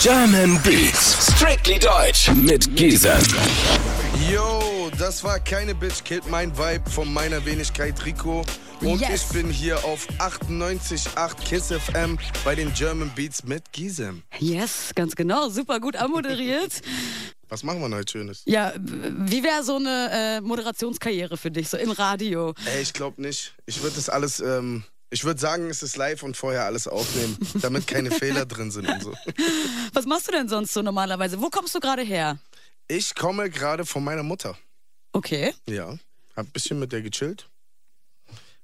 German Beats, strictly deutsch mit Giesern. Yo, das war keine Bitch Kid, mein Vibe von meiner Wenigkeit Rico. Und Yes. ich bin hier auf 98.8 Kiss FM bei den German Beats mit Gisem. Yes, ganz genau. Super gut anmoderiert. Was machen wir denn heute Schönes? ja, b- wie wäre so eine äh, Moderationskarriere für dich, so im Radio? Ey, ich glaube nicht. Ich würde das alles, ähm, ich würde sagen, es ist live und vorher alles aufnehmen, damit keine Fehler drin sind und so. Was machst du denn sonst so normalerweise? Wo kommst du gerade her? Ich komme gerade von meiner Mutter. Okay. Ja, hab ein bisschen mit der gechillt.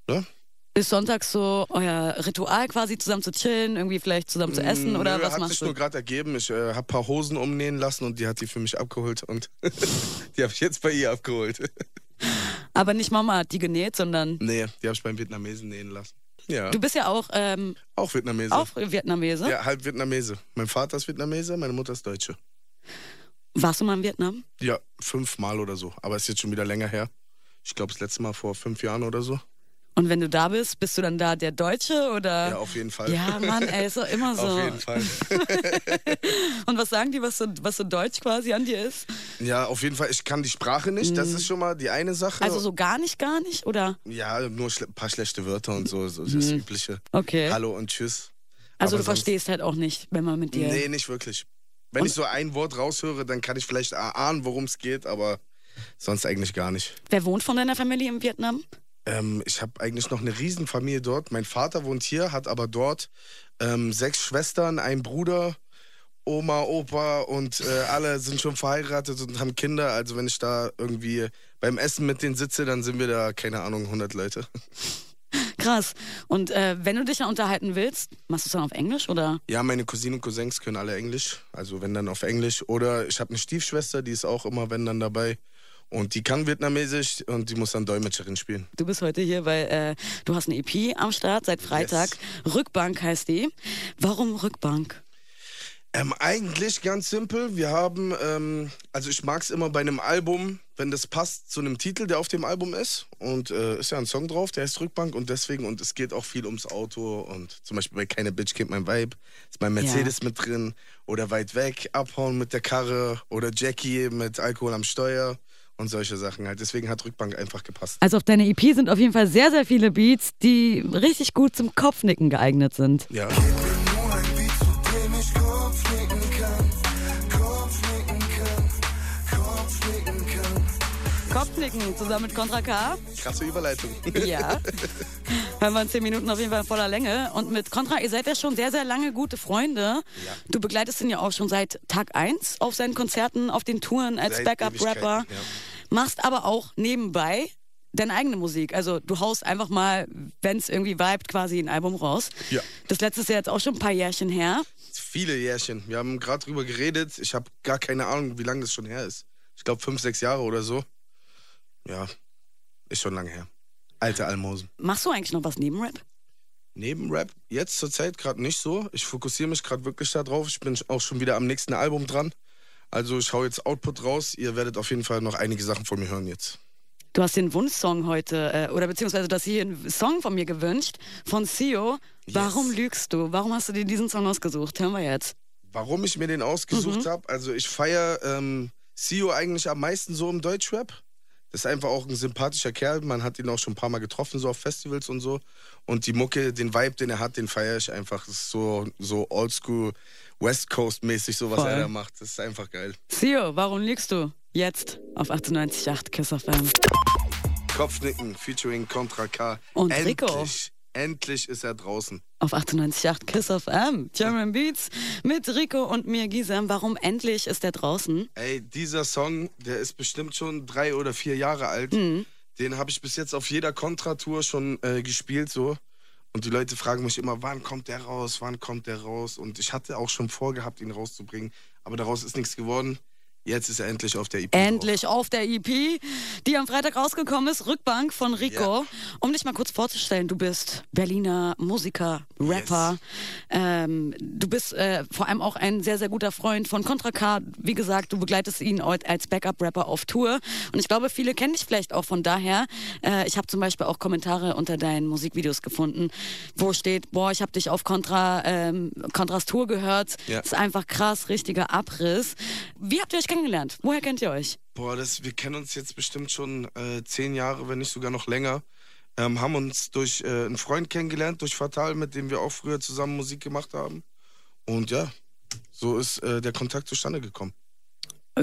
Ne? Ist sonntags so euer Ritual quasi zusammen zu chillen, irgendwie vielleicht zusammen zu essen oder Mm, Nö, was hat machst sich du? nur gerade ergeben. Ich äh, habe ein paar Hosen umnähen lassen und die hat die für mich abgeholt und die habe ich jetzt bei ihr abgeholt. Aber nicht Mama hat die genäht, sondern nee, die habe ich beim Vietnamesen nähen lassen. Ja, du bist ja auch, ähm, auch Vietnamese. auch ne? Vietnamese. Ja, halb Vietnamese. Mein Vater ist Vietnamese, meine Mutter ist Deutsche. Warst du mal in Vietnam? Ja, fünfmal oder so. Aber ist jetzt schon wieder länger her. Ich glaube, das letzte Mal vor fünf Jahren oder so. Und wenn du da bist, bist du dann da der Deutsche oder? Ja, auf jeden Fall. Ja, Mann, ey, ist doch immer so. Auf jeden Fall. Und was sagen die, was so, was so deutsch quasi an dir ist? Ja, auf jeden Fall. Ich kann die Sprache nicht. Das ist schon mal die eine Sache. Mhm. Also so gar nicht, gar nicht, oder? ja, nur schle- ein paar schlechte Wörter und so. so das Übliche. Mhm. Okay. Hallo und Tschüss. Also Aber sonst- du verstehst halt auch nicht, wenn man mit dir... Nee, nicht wirklich. Wenn ich so ein Wort raushöre, dann kann ich vielleicht erahnen, worum es geht, aber sonst eigentlich gar nicht. Wer wohnt von deiner Familie in Vietnam? Ähm, ich habe eigentlich noch eine Riesenfamilie dort. Mein Vater wohnt hier, hat aber dort ähm, sechs Schwestern, einen Bruder, Oma, Opa und äh, alle sind schon verheiratet und haben Kinder. Also wenn ich da irgendwie beim Essen mit denen sitze, dann sind wir da, keine Ahnung, 100 Leute. Krass. Und äh, wenn du dich dann unterhalten willst, machst du es dann auf Englisch oder? Ja, meine Cousinen und Cousins können alle Englisch, also wenn dann auf Englisch. Oder ich habe eine Stiefschwester, die ist auch immer wenn dann dabei. Und die kann Vietnamesisch und die muss dann Dolmetscherin spielen. Du bist heute hier, weil äh, du hast eine EP am Start seit Freitag. Rückbank heißt die. Warum Rückbank? Ähm, eigentlich ganz simpel. Wir haben, ähm, also ich mag es immer bei einem Album, wenn das passt zu einem Titel, der auf dem Album ist. Und äh, ist ja ein Song drauf, der heißt Rückbank und deswegen, und es geht auch viel ums Auto. Und zum Beispiel bei Keine Bitch kennt mein Vibe, ist mein Mercedes mit drin. Oder Weit weg, Abhauen mit der Karre. Oder Jackie mit Alkohol am Steuer und solche Sachen halt. Deswegen hat Rückbank einfach gepasst. Also auf deiner EP sind auf jeden Fall sehr, sehr viele Beats, die richtig gut zum Kopfnicken geeignet sind. Ja. Nur ein Beat, zu dem ich Kopfnicken kann, Kopfnicken kann, Kopfnicken kann. Kopfnicken zusammen mit Contra K. Krasse Überleitung. Ja. Hören wir in zehn Minuten auf jeden Fall in voller Länge. Und mit Contra, ihr seid ja schon sehr, sehr lange gute Freunde. Du begleitest ihn ja auch schon seit Tag 1 auf seinen Konzerten, auf den Touren als Seit Backup-Rapper. Ewigkeiten, ja. Machst aber auch nebenbei deine eigene Musik. Also du haust einfach mal, wenn es irgendwie vibet, quasi ein Album raus. Ja. Das letzte ist ja jetzt auch schon ein paar Jährchen her. Viele Jährchen. Wir haben gerade drüber geredet. Ich habe gar keine Ahnung, wie lange das schon her ist. Ich glaube, fünf, sechs Jahre oder so. Ja, ist schon lange her. Alte Almosen. Machst du eigentlich noch was neben Rap? Neben Rap jetzt zurzeit gerade nicht so. Ich fokussiere mich gerade wirklich darauf. Ich bin auch schon wieder am nächsten Album dran. Also ich hau jetzt Output raus. Ihr werdet auf jeden Fall noch einige Sachen von mir hören jetzt. Du hast den Wunschsong heute, äh, oder beziehungsweise du hast hier einen Song von mir gewünscht, von Sio. Warum lügst du? Warum hast du dir diesen Song ausgesucht? Hören wir jetzt. Warum ich mir den ausgesucht Mhm. habe, also ich feiere ähm, CEO eigentlich am meisten so im Deutschrap. Das ist einfach auch ein sympathischer Kerl. Man hat ihn auch schon ein paar Mal getroffen, so auf Festivals und so. Und die Mucke, den Vibe, den er hat, den feiere ich einfach. Das ist so, so oldschool, West Coast-mäßig, so was Voll. er da macht. Das ist einfach geil. Sio, warum lügst du? Jetzt auf 98.8 Kiss FM. Kopfnicken, featuring Contra K. Und endlich, Rico. endlich ist er draußen. Auf 98.8 Kiss FM. German Beats mit Rico und mir Gisem. Warum endlich ist der draußen? Ey, dieser Song, der ist bestimmt schon drei oder vier Jahre alt. Den habe ich bis jetzt auf jeder Kontratour schon äh, gespielt so. Und die Leute fragen mich immer, wann kommt der raus, wann kommt der raus? Und ich hatte auch schon vorgehabt, ihn rauszubringen, aber daraus ist nichts geworden. Jetzt ist er endlich auf der EP. Endlich auf der EP, die am Freitag rausgekommen ist, Rückbank von Rico. Um dich mal kurz vorzustellen, du bist Berliner Musiker, Rapper. Ähm, du bist äh, vor allem auch ein sehr, sehr guter Freund von Contra K. Wie gesagt, du begleitest ihn au- als Backup-Rapper auf Tour. Und ich glaube, viele kennen dich vielleicht auch von daher. Äh, ich habe zum Beispiel auch Kommentare unter deinen Musikvideos gefunden, wo steht, boah, ich habe dich auf Contra, ähm, Contras Tour gehört. Ja. Ist einfach krass, richtiger Abriss. Wie habt ihr euch kennengelernt? Woher kennt ihr euch? Boah, das, wir kennen uns jetzt bestimmt schon äh, zehn Jahre, wenn nicht sogar noch länger. Ähm, haben uns durch äh, einen Freund kennengelernt, durch Fatal, mit dem wir auch früher zusammen Musik gemacht haben. Und ja, so ist äh, der Kontakt zustande gekommen.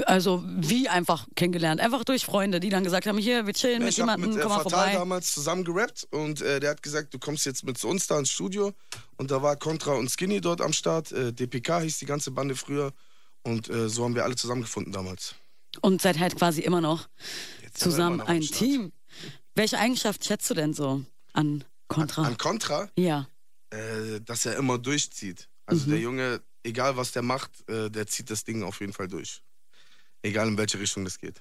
Also wie einfach kennengelernt? Einfach durch Freunde, die dann gesagt haben, hier, wir chillen mit ich habe jemandem, mit äh, mm, komm mal Fatal vorbei. damals zusammen gerappt und äh, der hat gesagt, du kommst jetzt mit zu uns da ins Studio. Und da war Contra und Skinny dort am Start. Äh, DPK hieß die ganze Bande früher. Und äh, so haben wir alle zusammengefunden damals. Und seid halt quasi immer noch Jetzt sind wir zusammen immer noch am ein Start. Team. Welche Eigenschaft schätzt du denn so an Contra? An Contra, ja. äh, dass er immer durchzieht. Also Mhm. der Junge, egal was der macht, äh, der zieht das Ding auf jeden Fall durch. Egal in welche Richtung das geht.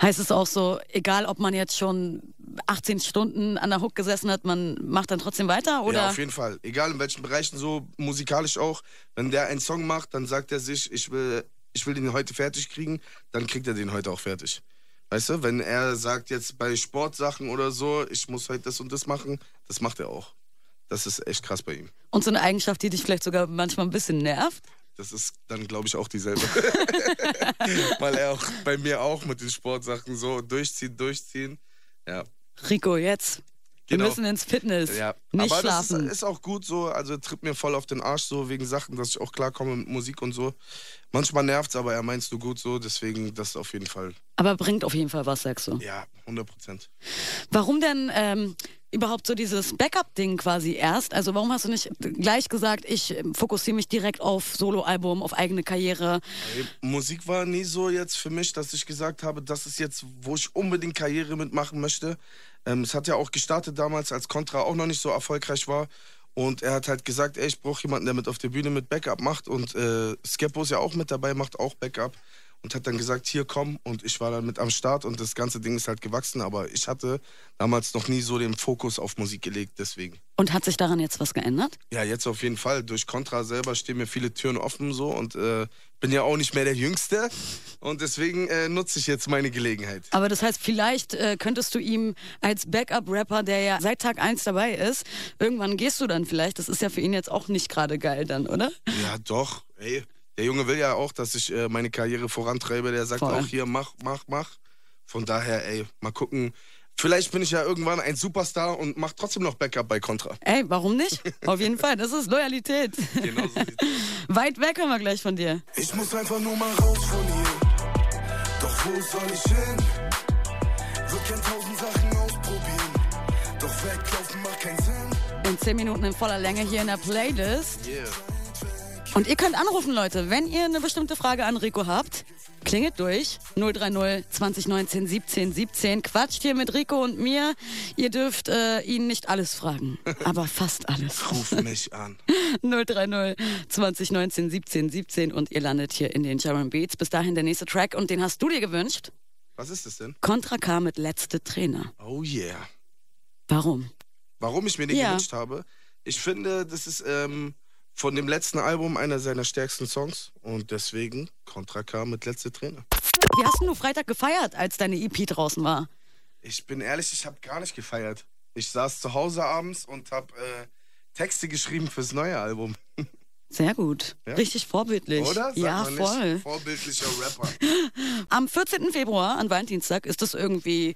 Heißt es auch so, egal ob man jetzt schon 18 Stunden an der Hook gesessen hat, man macht dann trotzdem weiter? Ja, Oder auf jeden Fall. Egal in welchen Bereichen, so musikalisch auch. Wenn der einen Song macht, dann sagt er sich, ich will, ich will den heute fertig kriegen, dann kriegt er den heute auch fertig. Weißt du, wenn er sagt jetzt bei Sportsachen oder so, ich muss heute das und das machen, das macht er auch. Das ist echt krass bei ihm. und so eine Eigenschaft, die dich vielleicht sogar manchmal ein bisschen nervt? Das ist dann, glaube ich, auch dieselbe. Weil er auch bei mir auch mit den Sportsachen so durchziehen, durchziehen. Ja, Rico, jetzt. Genau. Wir müssen ins Fitness. ja. Nicht Aber schlafen. das ist, ist auch gut so. Also tritt mir voll auf den Arsch so wegen Sachen, dass ich auch klarkomme mit Musik und so. Manchmal nervt's, aber er meinst du gut so. Deswegen das auf jeden Fall. Aber bringt auf jeden Fall was, sagst du. Ja, 100 Prozent. Warum denn ähm, überhaupt so dieses Backup-Ding quasi erst? Also warum hast du nicht gleich gesagt, ich ähm, fokussiere mich direkt auf Soloalbum, auf eigene Karriere? Musik war nie so jetzt für mich, dass ich gesagt habe, das ist jetzt, wo ich unbedingt Karriere mitmachen möchte. Ähm, es hat ja auch gestartet damals, als Contra auch noch nicht so erfolgreich war. Und er hat halt gesagt, ey, ich brauche jemanden, der mit auf der Bühne mit Backup macht. Und äh, Skeppo ist ja auch mit dabei, macht auch Backup. Und hat dann gesagt, hier komm. Und ich war dann mit am Start und das ganze Ding ist halt gewachsen. Aber ich hatte damals noch nie so den Fokus auf Musik gelegt, deswegen. Und hat sich daran jetzt was geändert? Ja, jetzt auf jeden Fall. Durch Contra selber stehen mir viele Türen offen so und äh, bin ja auch nicht mehr der Jüngste. Und deswegen äh, nutze ich jetzt meine Gelegenheit. Aber das heißt, vielleicht äh, könntest du ihm als Backup-Rapper, der ja seit Tag 1 dabei ist, irgendwann gehst du dann vielleicht. Das ist ja für ihn jetzt auch nicht gerade geil dann, oder? Ja, doch. Ey, der Junge will ja auch, dass ich äh, meine Karriere vorantreibe. Der sagt Voll. auch hier, mach, mach, mach. Von daher, ey, mal gucken. Vielleicht bin ich ja irgendwann ein Superstar und mach trotzdem noch Backup bei Contra. Ey, warum nicht? Auf jeden Fall, das ist Loyalität. Genau so sieht's aus. Weit weg haben wir gleich von dir. Ich muss einfach nur mal raus von hier. Doch wo soll ich hin? Wird gern tausend Sachen ausprobieren. Doch weglaufen macht keinen Sinn. In 10 Minuten in voller Länge hier in der Playlist. Yeah. Und ihr könnt anrufen, Leute, wenn ihr eine bestimmte Frage an Rico habt. Klingelt durch 030 2019 17 17. Quatscht hier mit Rico und mir. Ihr dürft äh, ihn nicht alles fragen, aber fast alles. Ruf mich an. 030 2019 17 17 und ihr landet hier in den Sharon Beats. Bis dahin der nächste Track und den hast du dir gewünscht. Was ist das denn? Contra K mit Letzte Trainer. Oh yeah. Warum? warum ich mir den Ja. gewünscht habe. Ich finde, das ist ähm, von dem letzten Album einer seiner stärksten Songs und deswegen Contra K mit letzte Träne. Wie hast denn du Freitag gefeiert, als deine EP draußen war? Ich bin ehrlich, ich habe gar nicht gefeiert. Ich saß zu Hause abends und habe äh, Texte geschrieben fürs neue Album, Sehr gut. Ja? Richtig vorbildlich. oder? Sagt ja, man nicht. voll. Vorbildlicher Rapper. Am 14. Februar, an Valentinstag, ist das irgendwie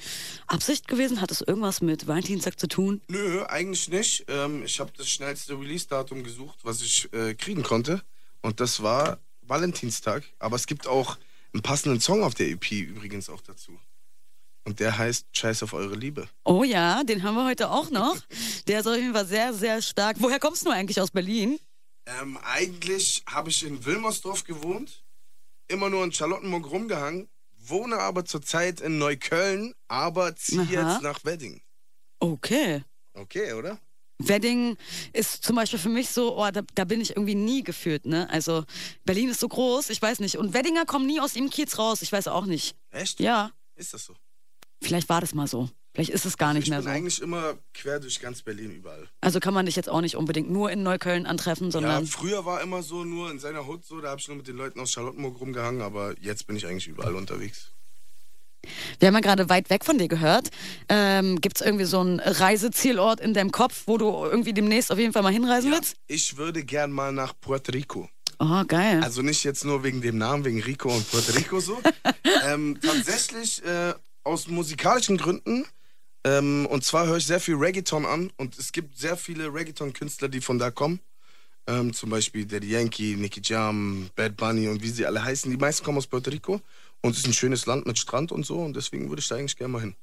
Absicht gewesen? Hat das irgendwas mit Valentinstag zu tun? Nö, eigentlich nicht. Ähm, ich habe das schnellste Release-Datum gesucht, was ich äh, kriegen konnte. Und das war Valentinstag. Aber es gibt auch einen passenden Song auf der EP übrigens auch dazu. Und der heißt Scheiß auf eure Liebe. Oh ja, den haben wir heute auch noch. Der ist auf jeden Fall sehr, sehr stark. Woher kommst du eigentlich aus Berlin? Ähm, eigentlich habe ich in Wilmersdorf gewohnt, immer nur in Charlottenburg rumgehangen, wohne aber zurzeit in Neukölln, aber ziehe Aha. jetzt nach Wedding. Okay. Okay, oder? Wedding ist zum Beispiel für mich so, oh, da, da bin ich irgendwie nie gefühlt. Ne? Also Berlin ist so groß, ich weiß nicht. Und Weddinger kommen nie aus ihrem Kiez raus, ich weiß auch nicht. Echt? Ja, Ist das so? vielleicht war das mal so. Vielleicht ist es gar nicht Ich mehr bin so. eigentlich immer quer durch ganz Berlin überall. Also kann man dich jetzt auch nicht unbedingt nur in Neukölln antreffen, Ja, sondern früher war immer so nur in seiner Hut so, da habe ich nur mit den Leuten aus Charlottenburg rumgehangen, aber jetzt bin ich eigentlich überall unterwegs. wir haben ja gerade weit weg von dir gehört. Ähm, Gibt es irgendwie so einen Reisezielort in deinem Kopf, wo du irgendwie demnächst auf jeden Fall mal hinreisen willst? Ich würde gern mal nach Puerto Rico. Oh, geil. Also nicht jetzt nur wegen dem Namen, wegen Rico und Puerto Rico so. ähm, tatsächlich äh, aus musikalischen Gründen. Ähm, und zwar höre ich sehr viel Reggaeton an und es gibt sehr viele Reggaeton-Künstler, die von da kommen. Ähm, zum Beispiel Daddy Yankee, Nicky Jam, Bad Bunny und wie sie alle heißen. Die meisten kommen aus Puerto Rico und es ist ein schönes Land mit Strand und so und deswegen würde ich da eigentlich gerne mal hin.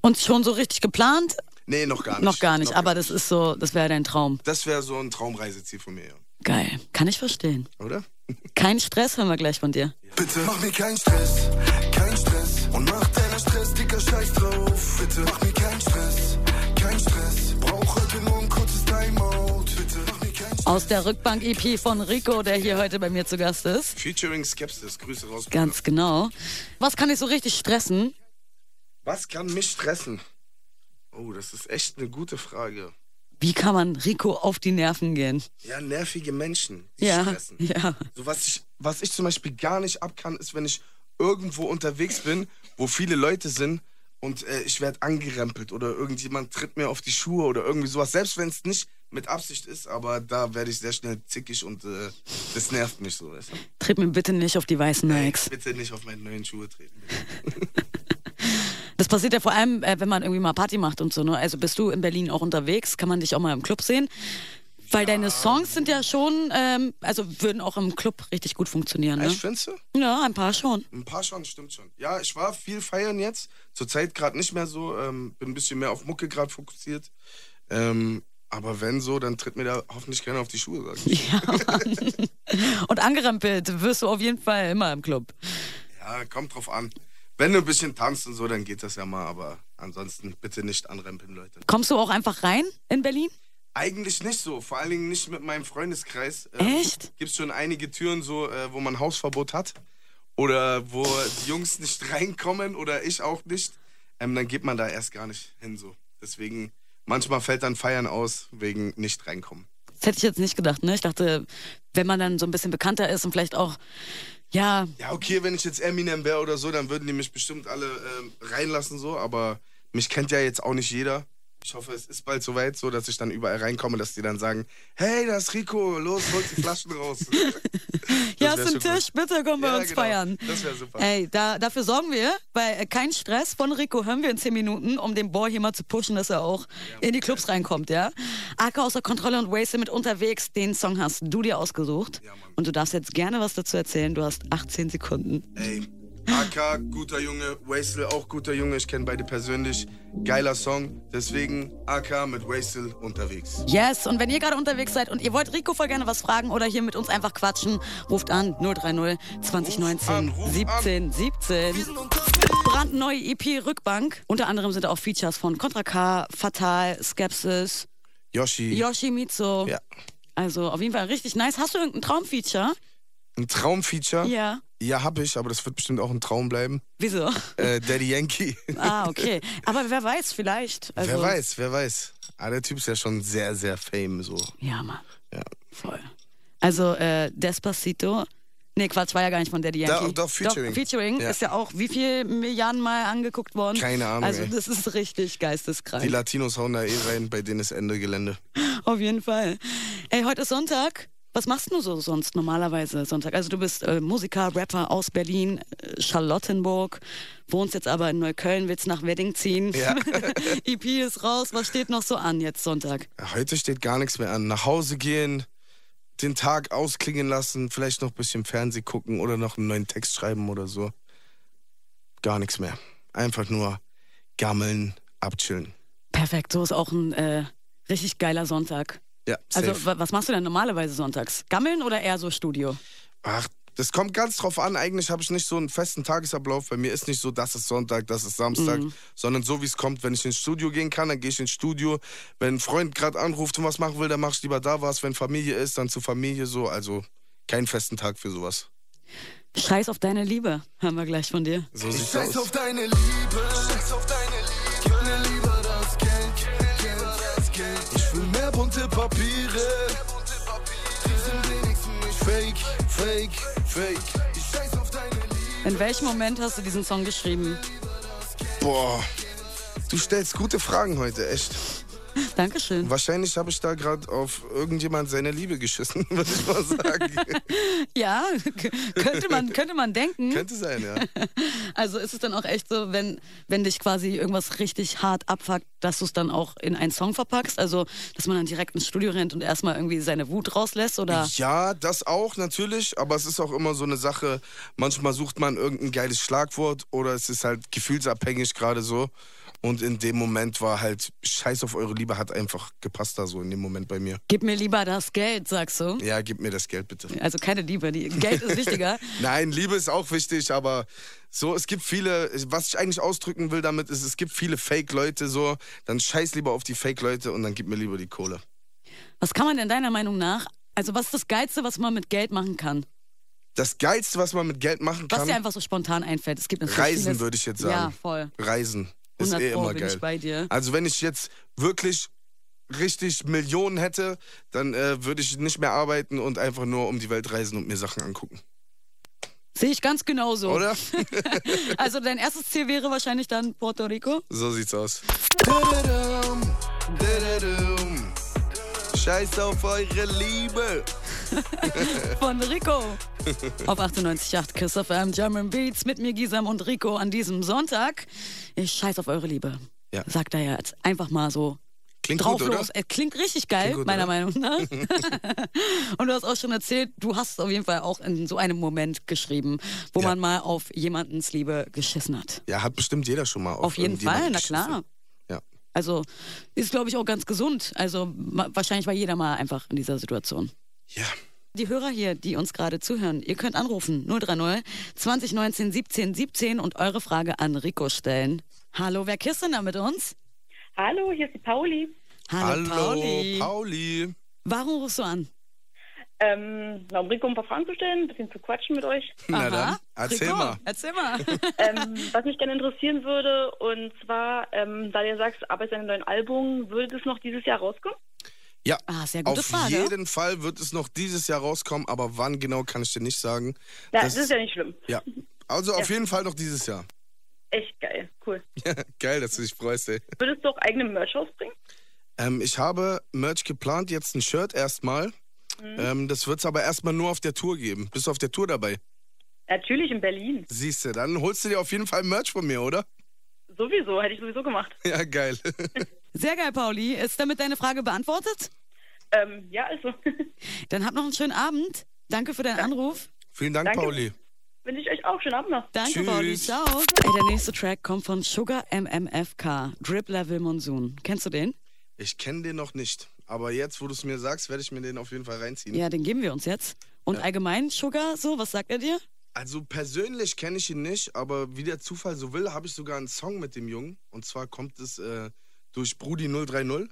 Und schon so richtig geplant? Nee, noch gar nicht. Noch gar nicht, aber das ist so, das wäre dein Traum. Das wäre so ein Traumreiseziel von mir, ja. Geil. Kann ich verstehen. oder? Kein Stress hören wir gleich von dir. Bitte mach mir keinen Stress, kein Stress. Und mach deiner Stress, dicker Scheiß drauf. Bitte mach mir keinen Stress, kein Stress. Brauch heute nur ein kurzes Timeout. Bitte mach mir keinen Stress. Aus der Rückbank-EP von Rico, der hier heute bei mir zu Gast ist. Featuring Skepsis, Grüße raus. Ganz genau. Was kann dich so richtig stressen? Was kann mich stressen? Oh, das ist echt eine gute Frage. Wie kann man Rico auf die Nerven gehen? Ja, nervige Menschen, die Ja, stressen. ja. So, was, ich, was ich zum Beispiel gar nicht ab kann, ist, wenn ich irgendwo unterwegs bin, wo viele Leute sind und äh, ich werde angerempelt oder irgendjemand tritt mir auf die Schuhe oder irgendwie sowas. Selbst wenn es nicht mit Absicht ist, aber da werde ich sehr schnell zickig und äh, das nervt mich so. Weißt du? Tritt mir bitte nicht auf die weißen Nikes. Bitte nicht auf meine neuen Schuhe treten. Das passiert ja vor allem, äh, wenn man irgendwie mal Party macht und so. Ne? Also bist du in Berlin auch unterwegs? Kann man dich auch mal im Club sehen? Weil deine Songs sind ja schon, ähm, also würden auch im Club richtig gut funktionieren. Ne? Ich findest du? Ja, ein paar schon. Ein paar schon, stimmt schon. Ja, ich war viel feiern jetzt. Zurzeit gerade nicht mehr so. Ähm, bin ein bisschen mehr auf Mucke gerade fokussiert. Ähm, aber wenn so, dann tritt mir da hoffentlich keiner auf die Schuhe. Sag ich. Ja, Mann. Und angerempelt wirst du auf jeden Fall immer im Club. Ja, kommt drauf an. Wenn du ein bisschen tanzt und so, dann geht das ja mal. Aber ansonsten bitte nicht anrempeln, Leute. Kommst du auch einfach rein in Berlin? Eigentlich nicht so. Vor allen Dingen nicht mit meinem Freundeskreis. Echt? Gibt es schon einige Türen so, äh, wo man Hausverbot hat. Oder wo die Jungs nicht reinkommen oder ich auch nicht. Ähm, dann geht man da erst gar nicht hin so. Deswegen, manchmal fällt dann Feiern aus wegen nicht reinkommen. Das hätte ich jetzt nicht gedacht, ne? Ich dachte, wenn man dann so ein bisschen bekannter ist und vielleicht auch, ja, Ja, okay, wenn ich jetzt Eminem wäre oder so, dann würden die mich bestimmt alle ähm, reinlassen so. Aber mich kennt ja jetzt auch nicht jeder. Ich hoffe, es ist bald soweit so, dass ich dann überall reinkomme, dass die dann sagen, hey, das ist Rico, los, holt die Flaschen raus. hier wär hast du einen schon Tisch, bitte komm bei Ja, uns genau. feiern. Das wär super. Ey, da, dafür sorgen wir, weil äh, kein Stress von Rico hören wir in 10 Minuten, um den Boy hier mal zu pushen, dass er auch in die Clubs reinkommt, ja? Aka außer Kontrolle und Wasted mit unterwegs, den Song hast du dir ausgesucht. und du darfst jetzt gerne was dazu erzählen, du hast 18 Sekunden. Ey, AK, guter Junge, Wastel auch guter Junge, ich kenne beide persönlich. Geiler Song, deswegen AK mit Wastel unterwegs. Yes, und wenn ihr gerade unterwegs seid und ihr wollt Rico voll gerne was fragen oder hier mit uns einfach quatschen, ruft an 030 2019 Ruf an, ruf 17 17. Brandneue EP Rückbank. Unter anderem sind auch Features von Contra K, Fatal, Skepsis, Yoshi, Yoshi Mizo. Ja. Also auf jeden Fall richtig nice. Hast du irgendein Traumfeature? ein Traumfeature? Ja. Ja, hab ich, aber das wird bestimmt auch ein Traum bleiben. Wieso? Äh, Daddy Yankee. Ah, okay. Aber wer weiß, vielleicht. Also, wer weiß, wer weiß. Ah, der Typ ist ja schon sehr, sehr fame so. Ja, Mann. Ja. Voll. Also äh, Despacito. Nee, Quatsch, war ja gar nicht von Daddy Yankee. doch, Featuring. Featuring Ja. ist ja auch wie viel Milliarden Mal angeguckt worden. Keine Ahnung, Also ey. das ist richtig geisteskrank. Die Latinos hauen da eh rein, bei denen ist Ende Gelände. Auf jeden Fall. Ey, heute ist Sonntag. Was machst du so sonst normalerweise Sonntag? Also du bist äh, Musiker, Rapper aus Berlin, äh, Charlottenburg, wohnst jetzt aber in Neukölln, willst nach Wedding ziehen. Ja. EP ist raus. Was steht noch so an jetzt Sonntag? Heute steht gar nichts mehr an. Nach Hause gehen, den Tag ausklingen lassen, vielleicht noch ein bisschen Fernseh gucken oder noch einen neuen Text schreiben oder so. Gar nichts mehr. Einfach nur gammeln, abchillen. Perfekt, so ist auch ein äh, richtig geiler Sonntag. Ja, safe. Also, wa- was machst du denn normalerweise sonntags? Gammeln oder eher so Studio? Ach, Das kommt ganz drauf an. Eigentlich habe ich nicht so einen festen Tagesablauf. Bei mir ist nicht so, das ist Sonntag, das ist Samstag, sondern so wie es kommt. Wenn ich ins Studio gehen kann, dann gehe ich ins Studio. Wenn ein Freund gerade anruft und was machen will, dann mache ich lieber da was. Wenn Familie ist, dann zur Familie so. Also keinen festen Tag für sowas. Scheiß auf deine Liebe, hören wir gleich von dir. So Ich sieht's scheiß aus. auf deine Liebe, scheiß auf deine Liebe. Gib mir lieber das Geld, Geld, das Geld. Ich will mehr bunte Papiere. Die sind wenigstens nicht fake, fake, fake. Ich scheiß auf deine Liebe. In welchem Moment hast du diesen Song geschrieben? Boah. Du stellst gute Fragen heute, echt. Dankeschön. Wahrscheinlich habe ich da gerade auf irgendjemand seine Liebe geschissen, würde ich mal sagen. Ja, könnte man, könnte man denken. Könnte sein, ja. Also ist es dann auch echt so, wenn, wenn dich quasi irgendwas richtig hart abfuckt, dass du es dann auch in einen Song verpackst? Also, dass man dann direkt ins Studio rennt und erstmal irgendwie seine Wut rauslässt? Oder Ja, das auch natürlich, aber es ist auch immer so eine Sache, manchmal sucht man irgendein geiles Schlagwort oder es ist halt gefühlsabhängig gerade so. Und in dem Moment war halt Scheiß auf eure Liebe hat einfach gepasst da so in dem Moment bei mir. gib mir lieber das Geld, sagst du? Ja, gib mir das Geld bitte. Also keine Liebe, die, Geld ist wichtiger. Nein, Liebe ist auch wichtig, aber so, es gibt viele, was ich eigentlich ausdrücken will damit ist, es gibt viele Fake-Leute so, dann scheiß lieber auf die Fake-Leute und dann gib mir lieber die Kohle. Was kann man denn deiner Meinung nach, also was ist das Geilste, was man mit Geld machen kann? Das Geilste, was man mit Geld machen Was kann, dir einfach so spontan einfällt. Es gibt natürlich Reisen vieles. würde ich jetzt Ja, sagen. voll. Reisen ist 100 eh Pro immer bin geil. ich bei dir. Also wenn ich jetzt wirklich richtig Millionen hätte, dann äh, würde ich nicht mehr arbeiten und einfach nur um die Welt reisen und mir Sachen angucken. Sehe ich ganz genauso. Oder? Also dein erstes Ziel wäre wahrscheinlich dann Puerto Rico. So sieht's aus. Dadadum, dadadum. Scheiß auf eure Liebe. von Rico. Auf 98.8 Kiss FM German Beats mit mir Gisam und Rico an diesem Sonntag. Ich scheiß auf eure Liebe. Ja. Sagt er ja jetzt einfach mal so. Klingt drauf gut, oder? los. Äh, Klingt richtig geil, Klingt gut, meiner oder? Meinung nach. und du hast auch schon erzählt, du hast es auf jeden Fall auch in so einem Moment geschrieben, wo Ja. man mal auf jemandens Liebe geschissen hat. Ja, hat bestimmt jeder schon mal. Auf, Auf jeden irgendjemanden Fall, na geschissen. klar. Ja. Also ist, glaube ich, auch ganz gesund. Also ma- wahrscheinlich war jeder mal einfach in dieser Situation. Ja. Die Hörer hier, die uns gerade zuhören, ihr könnt anrufen 030 2019 17 17 und eure Frage an Rico stellen. Hallo, wer kisst denn da mit uns? Hallo, hier ist die Pauli. Hallo, Pauli. Pauli. Warum rufst du an? Ähm, na, um Rico ein paar Fragen zu stellen, ein bisschen zu quatschen mit euch. Na Aha. dann, erzähl Rico, mal. Erzähl mal. ähm, was mich gerne interessieren würde, und zwar, ähm, da du ja sagst, arbeitest an einem neuen Album, würde es noch dieses Jahr rauskommen? Ja, Ah, sehr gute auf Frage. jeden Fall wird es noch dieses Jahr rauskommen, aber wann genau kann ich dir nicht sagen. Na, das, ist ja nicht schlimm. Ja, also auf jeden Fall noch dieses Jahr. Echt geil, cool. Geil, dass du dich freust, ey. Würdest du auch eigene Merch rausbringen? Ähm, ich habe Merch geplant, jetzt ein Shirt erstmal. Mhm. Ähm, das wird es aber erstmal nur auf der Tour geben. Bist du auf der Tour dabei? Natürlich in Berlin. Siehst du, dann holst du dir auf jeden Fall Merch von mir, oder? Sowieso, hätte ich sowieso gemacht. Ja, geil. Sehr geil, Pauli. Ist damit deine Frage beantwortet? Ähm, ja, also, Dann habt noch einen schönen Abend. Danke für deinen Anruf. Vielen Dank, Danke. Pauli. wünsche ich euch auch. Schönen Abend noch. Danke, Tschüss. Pauli. Ciao. Ey, der nächste Track kommt von Sugar MMFK. Drip Level Monsoon. Kennst du den? Ich kenne den noch nicht, aber jetzt, wo du es mir sagst, werde ich mir den auf jeden Fall reinziehen. Ja, den geben wir uns jetzt. Und allgemein, Sugar, so, was sagt er dir? Also persönlich kenne ich ihn nicht, aber wie der Zufall so will, habe ich sogar einen Song mit dem Jungen. Und zwar kommt es äh, durch Brudi 030.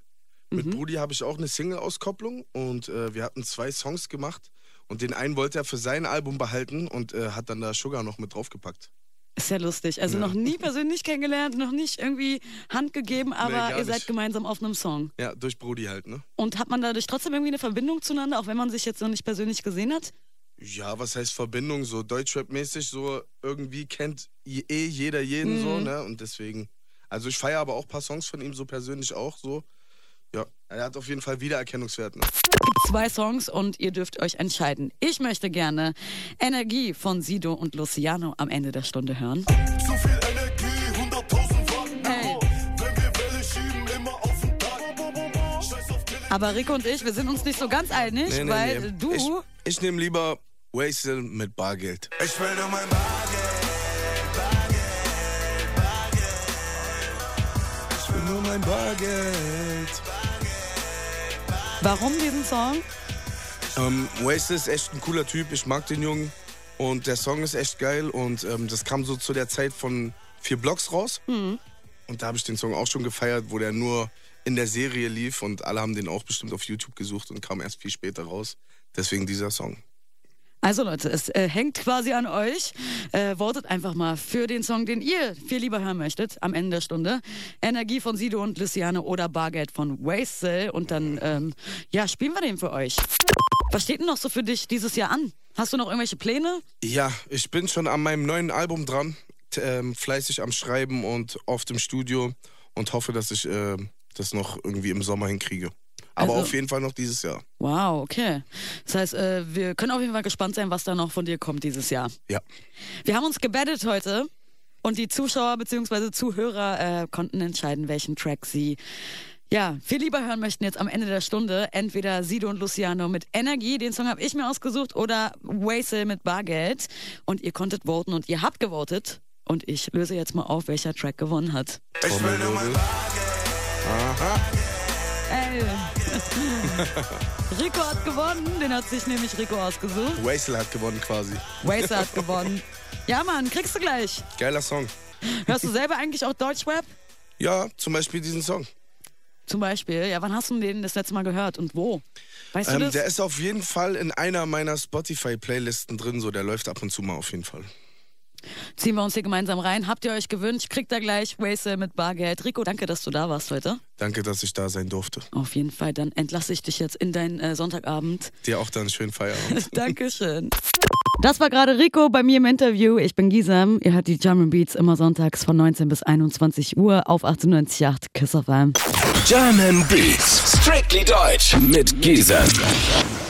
Mit Brudi habe ich auch eine Single-Auskopplung und äh, wir hatten zwei Songs gemacht. Und den einen wollte er für sein Album behalten und äh, hat dann da Sugar noch mit draufgepackt. Ist ja lustig. Also noch nie persönlich kennengelernt, noch nicht irgendwie Hand gegeben, aber gar ihr seid nicht. gemeinsam auf einem Song. Ja, durch Brudi halt, ne? Und hat man dadurch trotzdem irgendwie eine Verbindung zueinander, auch wenn man sich jetzt noch nicht persönlich gesehen hat? Ja, was heißt Verbindung? So Deutschrap-mäßig, so irgendwie kennt i- eh jeder jeden so, ne? Und deswegen. Also ich feiere aber auch ein paar Songs von ihm so persönlich auch so. Ja, er hat auf jeden Fall Wiedererkennungswert, ne? Gibt zwei Songs und ihr dürft euch entscheiden. Ich möchte gerne Energie von Sido und Luciano am Ende der Stunde hören. Oh. Zu viel Energie, 100.000 Watt. Hey. Wenn wir Welle schieben, immer auf den Tag. Scheiß auf Tele Aber Rico und ich, wir sind uns nicht so ganz einig, Nee, nee, weil nee. du. Ich, ich nehme lieber Wastel mit Bargeld. Ich will nur mein Bargeld, Bargeld, Bargeld. Ich will nur mein Bargeld. Warum diesen Song? Ähm, Wastel ist echt ein cooler Typ. Ich mag den Jungen. Und der Song ist echt geil und ähm, das kam so zu der Zeit von vier Blocks raus. Hm. Und da habe ich den Song auch schon gefeiert, wo der nur in der Serie lief und alle haben den auch bestimmt auf YouTube gesucht und kam erst viel später raus. Deswegen dieser Song. Also Leute, es äh, hängt quasi an euch. Äh, votet einfach mal für den Song, den ihr viel lieber hören möchtet am Ende der Stunde. Energie von Sido und Luciane oder Bargeld von Wastel. Und dann, ähm, ja, spielen wir den für euch. Was steht denn noch so für dich dieses Jahr an? Hast du noch irgendwelche Pläne? Ja, ich bin schon an meinem neuen Album dran, t- ähm, fleißig am Schreiben und oft im Studio und hoffe, dass ich äh, das noch irgendwie im Sommer hinkriege. Aber Also- auf jeden Fall noch dieses Jahr. Wow, okay. Das heißt, äh, wir können auf jeden Fall gespannt sein, was da noch von dir kommt dieses Jahr. Ja. Wir haben uns gebettet heute und die Zuschauer bzw. Zuhörer äh, konnten entscheiden, welchen Track sie ja, viel lieber hören möchten jetzt am Ende der Stunde. Entweder Sido und Luciano mit Energie, den Song habe ich mir ausgesucht, oder Wasel mit Bargeld. Und ihr konntet voten und ihr habt gewotet. Und ich löse jetzt mal auf, welcher Track gewonnen hat. Ey. Äh. Rico hat gewonnen, den hat sich nämlich Rico ausgesucht. Wastel hat gewonnen quasi. Wasel hat gewonnen. Ja, Mann, kriegst du gleich. Geiler Song. Hörst du selber eigentlich auch Deutschrap? Ja, zum Beispiel diesen Song. Zum Beispiel, ja, wann hast du den das letzte Mal gehört und wo? Weißt du Ähm, das? der ist auf jeden Fall in einer meiner Spotify-Playlisten drin, so der läuft ab und zu mal auf jeden Fall. Ziehen wir uns hier gemeinsam rein. Habt ihr euch gewünscht? Kriegt ihr gleich Wasel mit Bargeld. Rico, danke, dass du da warst heute. Danke, dass ich da sein durfte. Auf jeden Fall, dann entlasse ich dich jetzt in deinen äh, Sonntagabend. Dir auch dann einen schönen Feierabend. Dankeschön. Das war gerade Rico bei mir im Interview. Ich bin Gisem. Ihr hört die German Beats immer sonntags von 19 bis 21 Uhr auf 98.8 Kiss auf German Beats. Strictly Deutsch. Mit Giesen.